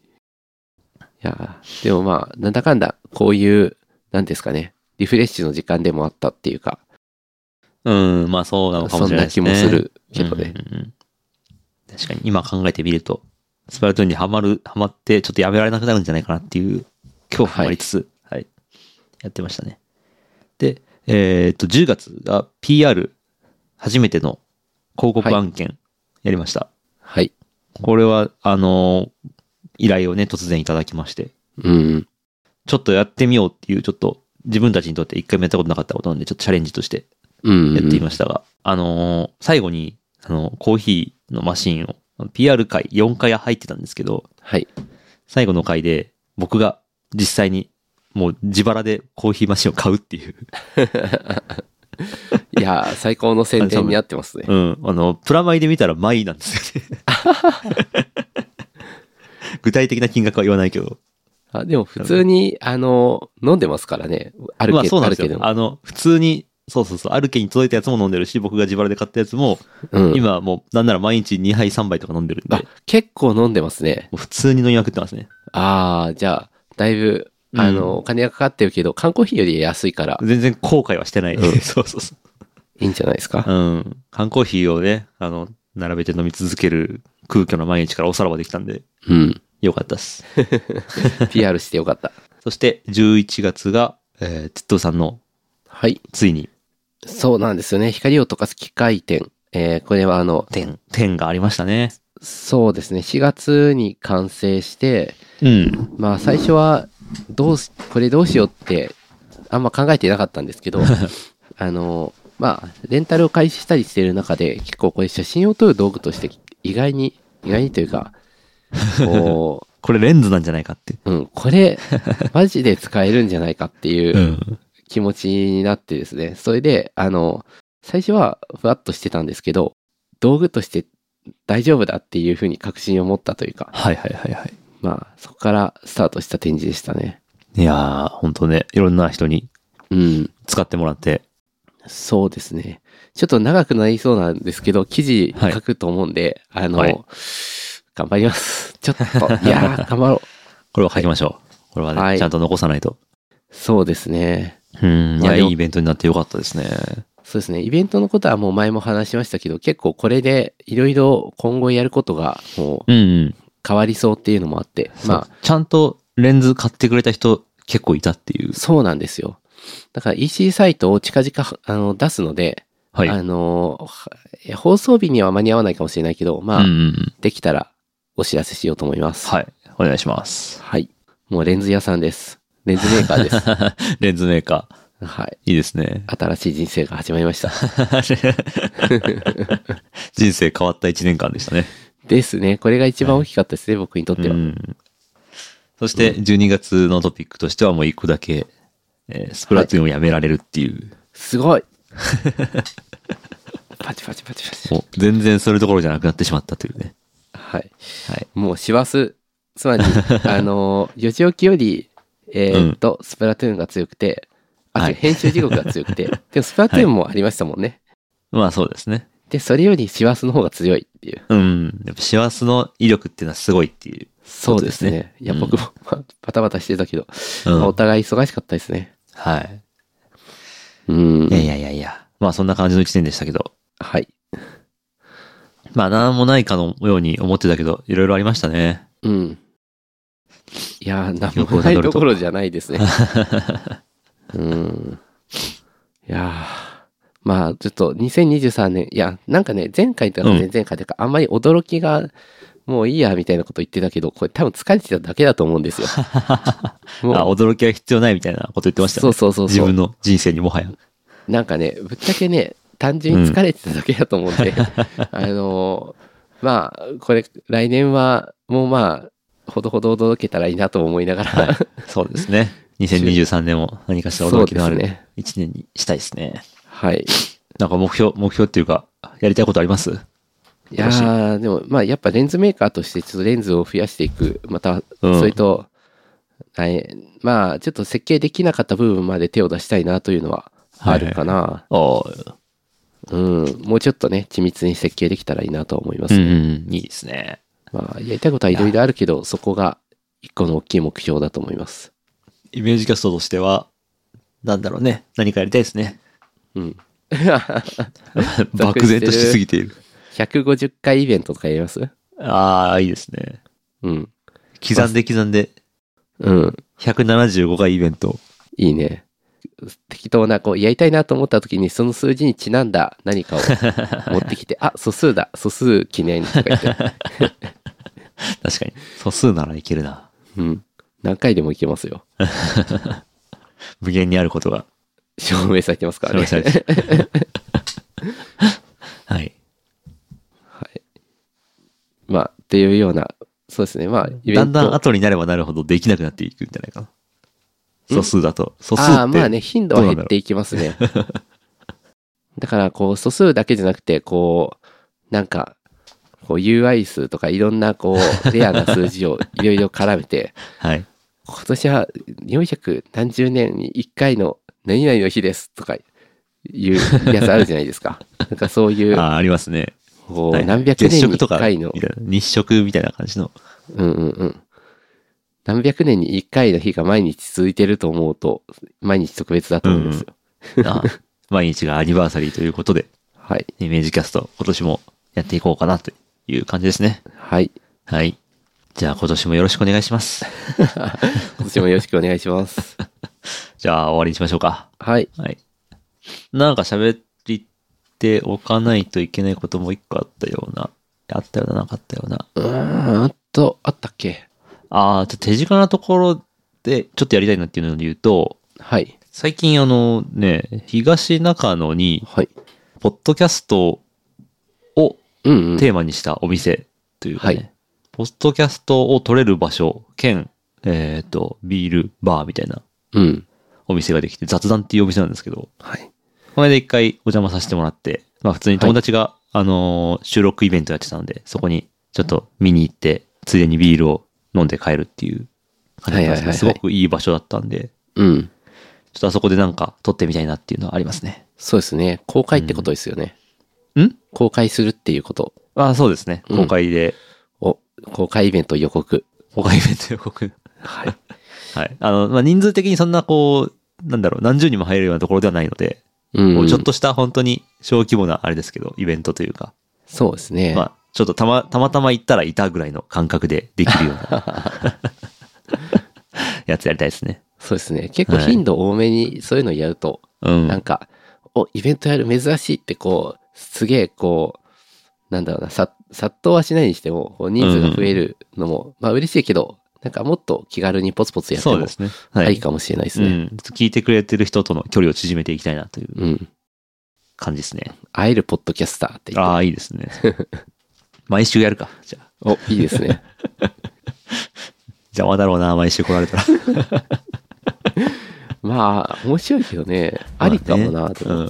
[SPEAKER 2] やーでもまあ、なんだかんだ、こういう、なんですかね、リフレッシュの時間でもあったっていうか、
[SPEAKER 1] うん、まあそうなのかも
[SPEAKER 2] そ
[SPEAKER 1] し
[SPEAKER 2] ん
[SPEAKER 1] れない
[SPEAKER 2] な
[SPEAKER 1] で
[SPEAKER 2] 気
[SPEAKER 1] す
[SPEAKER 2] も
[SPEAKER 1] ね。
[SPEAKER 2] するけどね。
[SPEAKER 1] うんうんうん確かに今考えてみると、スパルトゥーンにはまる、はまって、ちょっとやめられなくなるんじゃないかなっていう恐怖もありつつ、はい、やってましたね。で、えーっと、10月が PR、初めての広告案件やりました。
[SPEAKER 2] はい。
[SPEAKER 1] これは、あのー依頼をね、突然いただきまして、
[SPEAKER 2] うん。
[SPEAKER 1] ちょっとやってみようっていう、ちょっと自分たちにとって一回もやったことなかったことなんで、ちょっとチャレンジとして
[SPEAKER 2] うん。
[SPEAKER 1] やっていましたが、あのー最後に、あの、コーヒーのマシンを、PR 回4回入ってたんですけど、
[SPEAKER 2] はい。
[SPEAKER 1] 最後の回で、僕が実際に、もう自腹でコーヒーマシンを買うっていう、
[SPEAKER 2] いやー最高の宣伝になってますね。
[SPEAKER 1] うん、 あの、プラマイで見たらマイなんですよ ね。具体的な金額は言わないけど。
[SPEAKER 2] あでも普通に、あの、飲んでますからね。ある
[SPEAKER 1] まあ
[SPEAKER 2] け
[SPEAKER 1] そう
[SPEAKER 2] ど、
[SPEAKER 1] なん
[SPEAKER 2] あ
[SPEAKER 1] で
[SPEAKER 2] る
[SPEAKER 1] す
[SPEAKER 2] けど
[SPEAKER 1] よ。
[SPEAKER 2] も。
[SPEAKER 1] あの、普通に、そうそうそう、ある家に届いたやつも飲んでるし、僕が自腹で買ったやつも、
[SPEAKER 2] うん。
[SPEAKER 1] 今もう、なんなら毎日2杯3杯とか飲んでるんで、
[SPEAKER 2] あ
[SPEAKER 1] も、
[SPEAKER 2] 結構飲んでますね。
[SPEAKER 1] う普通に飲みまくってますね。
[SPEAKER 2] ああ、じゃあ、だいぶ、
[SPEAKER 1] うん
[SPEAKER 2] あの、お金がかかってるけど、缶コーヒーより安いから、
[SPEAKER 1] 全然後悔はしてない。
[SPEAKER 2] うん
[SPEAKER 1] そうそうそ
[SPEAKER 2] いいんじゃないですか
[SPEAKER 1] う。。うん。缶コーヒーをね、あの、並べて飲み続ける空虚な毎日からおさらばできたんで、
[SPEAKER 2] うん。
[SPEAKER 1] よかったです。
[SPEAKER 2] PR してよかった。
[SPEAKER 1] そして、11月が、えー、テッドさんの、
[SPEAKER 2] はい。
[SPEAKER 1] ついに、
[SPEAKER 2] そうなんですよね。光を溶かす機械展。えーこれはあの、
[SPEAKER 1] 点、点がありましたね。
[SPEAKER 2] そうですね。4月に完成して、
[SPEAKER 1] うん。
[SPEAKER 2] まあ最初は、どうし、これどうしようって、あんま考えてなかったんですけど、あの、まあ、レンタルを開始したりしている中で、結構これ写真を撮る道具として、意外に、意外にというか、こ
[SPEAKER 1] これレンズなんじゃないかって。
[SPEAKER 2] う、うん、これ、マジで使えるんじゃないかっていう、
[SPEAKER 1] ん。
[SPEAKER 2] 気持ちになってですね、それで、あの、最初はふわっとしてたんですけど、道具として大丈夫だっていうふうに確信を持ったというか、
[SPEAKER 1] はいはいはいはい。
[SPEAKER 2] まあ、そこからスタートした展示でしたね。
[SPEAKER 1] いやー、ほんとね、いろんな人に
[SPEAKER 2] うん、
[SPEAKER 1] 使ってもらって、
[SPEAKER 2] そうですね。ちょっと長くなりそうなんですけど、記事
[SPEAKER 1] はい
[SPEAKER 2] 書くと思うんで、あの、
[SPEAKER 1] はい
[SPEAKER 2] 頑張ります。ちょっと、いや ー、頑張ろう。
[SPEAKER 1] これは書きましょう。これはね、
[SPEAKER 2] はい
[SPEAKER 1] ちゃんと残さないと。
[SPEAKER 2] そうですね。
[SPEAKER 1] うん。い
[SPEAKER 2] まあ
[SPEAKER 1] や、い
[SPEAKER 2] でも
[SPEAKER 1] いイベントになってよかったですね。
[SPEAKER 2] そうですね。イベントのことはもう前も話しましたけど、結構これでいろいろ今後やることがもう
[SPEAKER 1] うん、うん。
[SPEAKER 2] 変わりそうっていうのもあって、まあ
[SPEAKER 1] まあ、、ちゃんとレンズ買ってくれた人結構いたっていう。
[SPEAKER 2] そうなんですよ。だから EC サイトを近々あの出すので、
[SPEAKER 1] はい。
[SPEAKER 2] あの、は放送日には間に合わないかもしれないけど、ま
[SPEAKER 1] う
[SPEAKER 2] あ、
[SPEAKER 1] んうんうん。
[SPEAKER 2] できたらお知らせしようと思います。
[SPEAKER 1] はい。お願いします。
[SPEAKER 2] はい。もうレンズ屋さんです。レンズメーカーで
[SPEAKER 1] レンズメーカ
[SPEAKER 2] す。はい。。
[SPEAKER 1] ー。いいですね
[SPEAKER 2] 新しい人生が始まりました。
[SPEAKER 1] 人生変わった1年間でしたね。
[SPEAKER 2] ですね。これが一番大きかったですね、僕にとって
[SPEAKER 1] う
[SPEAKER 2] は。
[SPEAKER 1] ん。そして、12月のトピックとしてはもう1個だけ、えースプラトゥーンをやめられるっていう。
[SPEAKER 2] す ごいパチパチパチパチ。
[SPEAKER 1] もう全然それどころじゃなくなってしまったというね。
[SPEAKER 2] はい。
[SPEAKER 1] はい。
[SPEAKER 2] もう師走、つまり、あのー、四時起きより、えーっと、スプラトゥーンが強くて、あ
[SPEAKER 1] は
[SPEAKER 2] と
[SPEAKER 1] い
[SPEAKER 2] 編集時刻が 強くて、でもスプラトゥーンもありましたもんね。
[SPEAKER 1] まあそうですね。
[SPEAKER 2] で、それより師走の方が強いっていう。
[SPEAKER 1] うん。やっぱ幸せの威力っていうのはすごいっていう。
[SPEAKER 2] そうですね。いや、
[SPEAKER 1] うん
[SPEAKER 2] 僕も、まあバタバタしてたけど、
[SPEAKER 1] うん
[SPEAKER 2] まあお互い忙しかったですね。
[SPEAKER 1] はい。
[SPEAKER 2] うん
[SPEAKER 1] いや。いやいやいや。まあそんな感じの1年でしたけど、
[SPEAKER 2] はい。
[SPEAKER 1] まあ、なんもないかのように思ってたけど、いろいろありましたね。
[SPEAKER 2] うん。いやー、なんもないところじゃないで すね。うん。いやー。まあ、ちょっと2023年、いや、なんかね、前回とか
[SPEAKER 1] うん
[SPEAKER 2] 前々回とか、あんまり驚きが、もういいや、みたいなこと言ってたけど、これ多分疲れてただけだと思うんで すよ。もう
[SPEAKER 1] あ、驚きは必要ないみたいなこと言ってましたね。
[SPEAKER 2] そうそうそうそう
[SPEAKER 1] 自分の人生にもはや。
[SPEAKER 2] なんかね、ぶっちゃけね、単純に疲れてただけだと思うんで、 あのーまあ、これ、来年は、もうまあ、ほどほど驚けたらいいなと思いながら、
[SPEAKER 1] はい。そうですね。2023年も何かしら
[SPEAKER 2] そう
[SPEAKER 1] 驚き
[SPEAKER 2] で
[SPEAKER 1] のあ
[SPEAKER 2] す
[SPEAKER 1] る
[SPEAKER 2] ね。
[SPEAKER 1] 一年にしたいですね。
[SPEAKER 2] はい。
[SPEAKER 1] なんか目標、目標っていうか、やりたいことあります
[SPEAKER 2] いや
[SPEAKER 1] 今
[SPEAKER 2] ー、でも、まあ、やっぱレンズメーカーとして、ちょっとレンズを増やしていく、また、
[SPEAKER 1] うん
[SPEAKER 2] それと、はい、まあ、ちょっと設計できなかった部分まで手を出したいなというのはあるかな。
[SPEAKER 1] ああ、
[SPEAKER 2] うん、もうちょっとね、緻密に設計できたらいいなと思いま
[SPEAKER 1] う
[SPEAKER 2] す
[SPEAKER 1] ん
[SPEAKER 2] ね。
[SPEAKER 1] うん、いいですね。
[SPEAKER 2] まあ、やりたいことはいろいろあるけど、そこが一個の大きい目標だと思います。
[SPEAKER 1] イメージキャストとしては、なんだろうね。何かやりたいですね。
[SPEAKER 2] うん。
[SPEAKER 1] 漠然としすぎてい る。
[SPEAKER 2] 150回イベントとかやります
[SPEAKER 1] ああ、いいですね。
[SPEAKER 2] うん。
[SPEAKER 1] 刻んで刻んで、
[SPEAKER 2] うん。
[SPEAKER 1] 175回イベント。
[SPEAKER 2] いいね。適当な、こう、やりたいなと思った時に、その数字にちなんだ何 かを持ってきて、あ、素数だ、素数記念とか言 って、
[SPEAKER 1] 確かに。素数ならいけるな。
[SPEAKER 2] うん。何回でもいけますよ。
[SPEAKER 1] 無限にあることが
[SPEAKER 2] 証明されてますからね。
[SPEAKER 1] 証明さ
[SPEAKER 2] は
[SPEAKER 1] はい。
[SPEAKER 2] い。まあ、っていうような、そうですね。まあ、イベ
[SPEAKER 1] だん
[SPEAKER 2] ン
[SPEAKER 1] だん
[SPEAKER 2] ト。
[SPEAKER 1] 後になればなるほどできなくなっていくんじゃないかな。素数だと。素数って。
[SPEAKER 2] ああ、まあね、頻度は減っていきま すね。だから、こう、素数だけじゃなくて、こう、なんか、こう UI 数とかいろんなこうレアな数字をいろいろ絡めて
[SPEAKER 1] はい。
[SPEAKER 2] 今年は400何十年に1回の何々の日ですとかいうやつあるじゃないです か。なんかそうい
[SPEAKER 1] あ
[SPEAKER 2] う、
[SPEAKER 1] あ、ありますね。
[SPEAKER 2] こ
[SPEAKER 1] は
[SPEAKER 2] う、
[SPEAKER 1] い
[SPEAKER 2] 何百
[SPEAKER 1] 月
[SPEAKER 2] 年に
[SPEAKER 1] 食と
[SPEAKER 2] 1
[SPEAKER 1] か、
[SPEAKER 2] 回の
[SPEAKER 1] み、たいな日食みたいな感 じの。
[SPEAKER 2] うんうんうん。何百年に1回の日が毎日続いてると思うと、毎日特別だと思うんですよ。
[SPEAKER 1] ああ毎日がアニバーサリーということで、
[SPEAKER 2] はい。
[SPEAKER 1] イメージキャスト、今年もやっていこうかなという感じですね。
[SPEAKER 2] はい。
[SPEAKER 1] はい。じゃあ今年もよろしくお願いします。
[SPEAKER 2] 今年もよろしくお願い します。
[SPEAKER 1] じゃあ終わりにしましょうか。
[SPEAKER 2] はい。
[SPEAKER 1] はい。なんか喋っておかないといけないことも一個あったような、あったような、なかったような。
[SPEAKER 2] うーん、あと、あったっけ
[SPEAKER 1] ああ、ちょっと手近なところでちょっとやりたいなっていうので言うと、
[SPEAKER 2] はい。
[SPEAKER 1] 最近あのね、東中野に、
[SPEAKER 2] はい。
[SPEAKER 1] ポッドキャストを
[SPEAKER 2] うん、うん。
[SPEAKER 1] テーマにしたお店というかね、
[SPEAKER 2] はい
[SPEAKER 1] ポッドキャストを取れる場所兼、えっ、と、ビールバーみたいな
[SPEAKER 2] うん。
[SPEAKER 1] お店ができて、雑談っていうお店なんですけど、
[SPEAKER 2] はい。
[SPEAKER 1] この間一回お邪魔させてもらって、まあ普通に友達が、あのー収録イベントやってたので、そこにちょっと見に行って、ついでにビールを飲んで帰るっていう感じだったんですけど、
[SPEAKER 2] はいはいはいはい
[SPEAKER 1] すごくいい場所だったんで、
[SPEAKER 2] うん。
[SPEAKER 1] ちょっとあそこでなんか撮ってみたいなっていうのはありますね。
[SPEAKER 2] そうですね。公開ってことですよね。
[SPEAKER 1] ん
[SPEAKER 2] 公開するっていうこと
[SPEAKER 1] ああ、そうですね。
[SPEAKER 2] うん
[SPEAKER 1] 公開で、
[SPEAKER 2] を、公開イベント予告。
[SPEAKER 1] 公開イベント予告。
[SPEAKER 2] はい。
[SPEAKER 1] はい。あの、まあ人数的にそんなこう、なんだろう、何十人も入れるようなところではないので、
[SPEAKER 2] うん、
[SPEAKER 1] こうちょっとした本当に小規模なあれですけど、イベントというか、
[SPEAKER 2] そうですね。
[SPEAKER 1] まあ、ちょっとたま、たまたま行ったらいたぐらいの感覚でできるような やつやりたいですね。
[SPEAKER 2] そうですね。結構
[SPEAKER 1] はい
[SPEAKER 2] 頻度多めにそういうのやると、
[SPEAKER 1] うん。
[SPEAKER 2] なんか、お、イベントやる珍しいってこう、すげえこう、なんだろうな、さ、殺到はしないにしても、こう人数が増えるのも、まあ嬉しいけど、なんかもっと気軽にポツポツやって
[SPEAKER 1] そう
[SPEAKER 2] も
[SPEAKER 1] で、すね。
[SPEAKER 2] あ
[SPEAKER 1] は
[SPEAKER 2] りかもしれないです
[SPEAKER 1] う
[SPEAKER 2] ね。
[SPEAKER 1] ん。聞いてくれてる人との距離を縮めていきたいなという
[SPEAKER 2] うん。
[SPEAKER 1] 感じですね。
[SPEAKER 2] 会えるポッドキャスターっていう。
[SPEAKER 1] ああ、いいですね。毎週やるか。じゃあ、
[SPEAKER 2] お、いいですね。
[SPEAKER 1] 邪魔だろうな、毎週来られたら。
[SPEAKER 2] まあ、面白いけどね、 ありかもな、で
[SPEAKER 1] う
[SPEAKER 2] も
[SPEAKER 1] ん。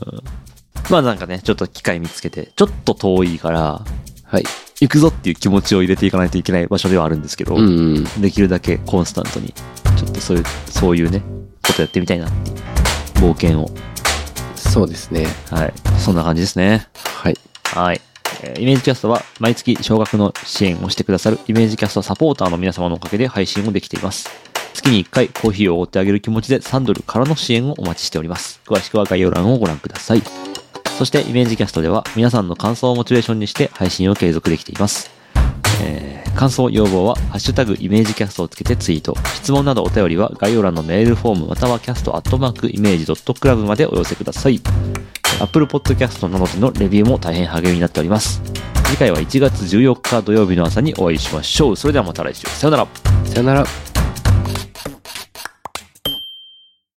[SPEAKER 1] まあなんかね、ちょっと機会見つけて、ちょっと遠いから、
[SPEAKER 2] はい。
[SPEAKER 1] 行くぞっていう気持ちを入れていかないといけない場所ではあるんですけど、
[SPEAKER 2] うんうん。
[SPEAKER 1] できるだけコンスタントにちょっとそういうそういうねことやってみたいなっていう冒険を
[SPEAKER 2] そうですね。
[SPEAKER 1] はいそんな感じですね
[SPEAKER 2] はい。
[SPEAKER 1] はい、えーイメージキャストは毎月少額の支援をしてくださるイメージキャストサポーターの皆様のおかげで配信をできています月に1回コーヒーをおごってあげる気持ちで3ドルからの支援をお待ちしております詳しくは概要欄をご覧くださいそしてイメージキャストでは皆さんの感想をモチベーションにして配信を継続できています。えー感想、要望は、ハッシュタグイメージキャストをつけてツイート。質問などお便りは概要欄のメールフォームまたはキャストアットマークイメージドットクラブまでお寄せください。Apple Podcast などでのレビューも大変励みになっております。次回は1月14日土曜日の朝にお会いしましょう。それではまた来週。さよなら。
[SPEAKER 2] さよなら。